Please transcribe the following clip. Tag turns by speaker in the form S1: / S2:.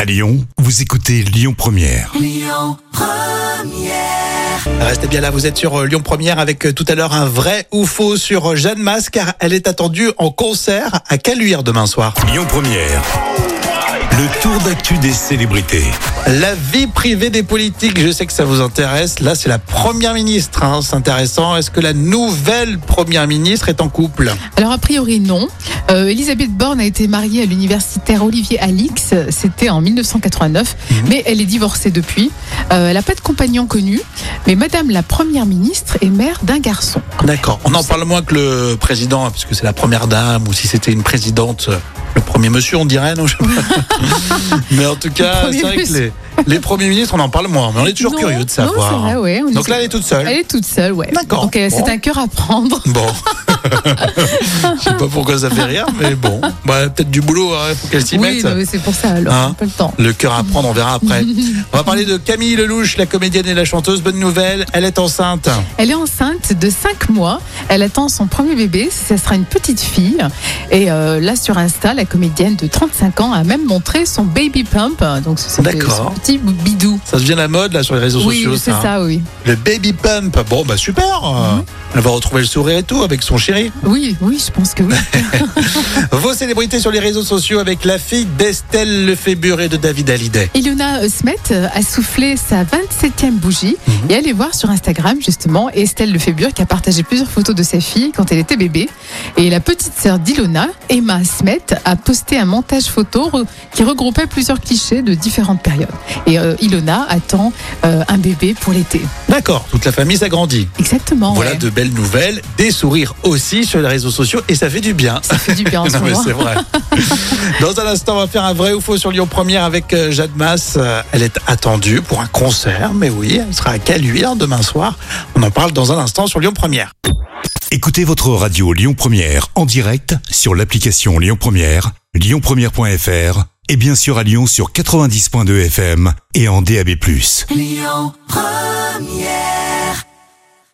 S1: À Lyon, vous écoutez Lyon Première.
S2: Restez bien là, vous êtes sur euh, Lyon Première avec euh, tout à l'heure un vrai ou faux sur euh, Jeanne Masse car elle est attendue en concert à Caluire demain soir.
S1: Lyon Première. Le tour d'actu des célébrités.
S2: La vie privée des politiques, je sais que ça vous intéresse. Là, c'est la première ministre, hein, c'est intéressant. Est-ce que la nouvelle première ministre est en couple
S3: Alors a priori non. Euh, Elisabeth Borne a été mariée à l'universitaire Olivier Alix, c'était en 1989,
S2: Mmh.
S3: mais elle est divorcée depuis. Euh, elle n'a pas de compagnon connu, mais Madame la Première ministre est mère d'un garçon.
S2: D'accord. On en parle moins que le président, hein, parce que c'est la première dame, ou si c'était une présidente, euh, le premier monsieur, on dirait, non je sais pas. Mais en tout cas,
S3: Le
S2: c'est vrai
S3: premier
S2: que les, les premiers ministres, on en parle moins, mais on est toujours
S3: Non,
S2: curieux de
S3: non, c'est
S2: savoir.
S3: vrai,
S2: hein.
S3: ouais, on est-
S2: Donc là, elle est toute seule.
S3: Elle est toute seule, ouais.
S2: D'accord.
S3: Donc euh,
S2: Bon.
S3: c'est un cœur à prendre.
S2: Bon. Je sais pas pourquoi ça fait rire, mais bon. Bah, peut-être du boulot, hein, faut qu'elle s'y
S3: oui,
S2: mette.
S3: non, mais c'est pour ça alors.
S2: Hein
S3: un peu le temps.
S2: Le cœur à prendre, on verra après. On va parler de Camille Lelouch, la comédienne et la chanteuse. Bonne nouvelle, elle est enceinte.
S3: Elle est enceinte de 5 mois. Elle attend son premier bébé. Ça sera une petite fille. Et euh, là, sur Insta, la comédienne de 35 ans a même montré son baby pump. Donc, c'est
S2: D'accord.
S3: son petit bidou.
S2: Ça devient la mode là sur les réseaux
S3: Oui,
S2: sociaux.
S3: c'est
S2: hein.
S3: ça, Mhm. oui.
S2: Le baby pump. Bon, bah super. euh, Elle va retrouver le sourire et tout avec son chéri.
S3: Oui, oui, je pense que oui.
S2: Vos célébrités sur les réseaux sociaux avec la fille d'Estelle Lefébure et de David Hallyday.
S3: Ilona Smet a soufflé sa 27e bougie
S2: Mhm.
S3: et allez voir sur Instagram justement Estelle Lefebvre qui a partagé plusieurs photos de sa fille quand elle était bébé et la petite sœur d'Ilona, Emma Smet, a posté un montage photo re- qui regroupait plusieurs clichés de différentes périodes. Et euh, Ilona attend euh, un bébé pour l'été.
S2: D'accord, toute la famille s'agrandit.
S3: Exactement.
S2: Voilà
S3: ouais.
S2: de belles nouvelles, des sourires aussi sur les réseaux sociaux et ça fait du bien.
S3: Ça fait du bien en ce
S2: Non, mais
S3: moment.
S2: c'est vrai. Dans un instant, on va faire un vrai ou faux sur Lyon Première avec euh, Jade Masse. Euh, Elle est attendue pour un concert, mais oui, elle sera à Caluire demain soir. On en parle dans un instant sur Lyon Première.
S1: Écoutez votre radio Lyon Première en direct sur l'application Lyon Première, lyonpremière.fr et bien sûr à Lyon sur 90.2 FM et en DAB+.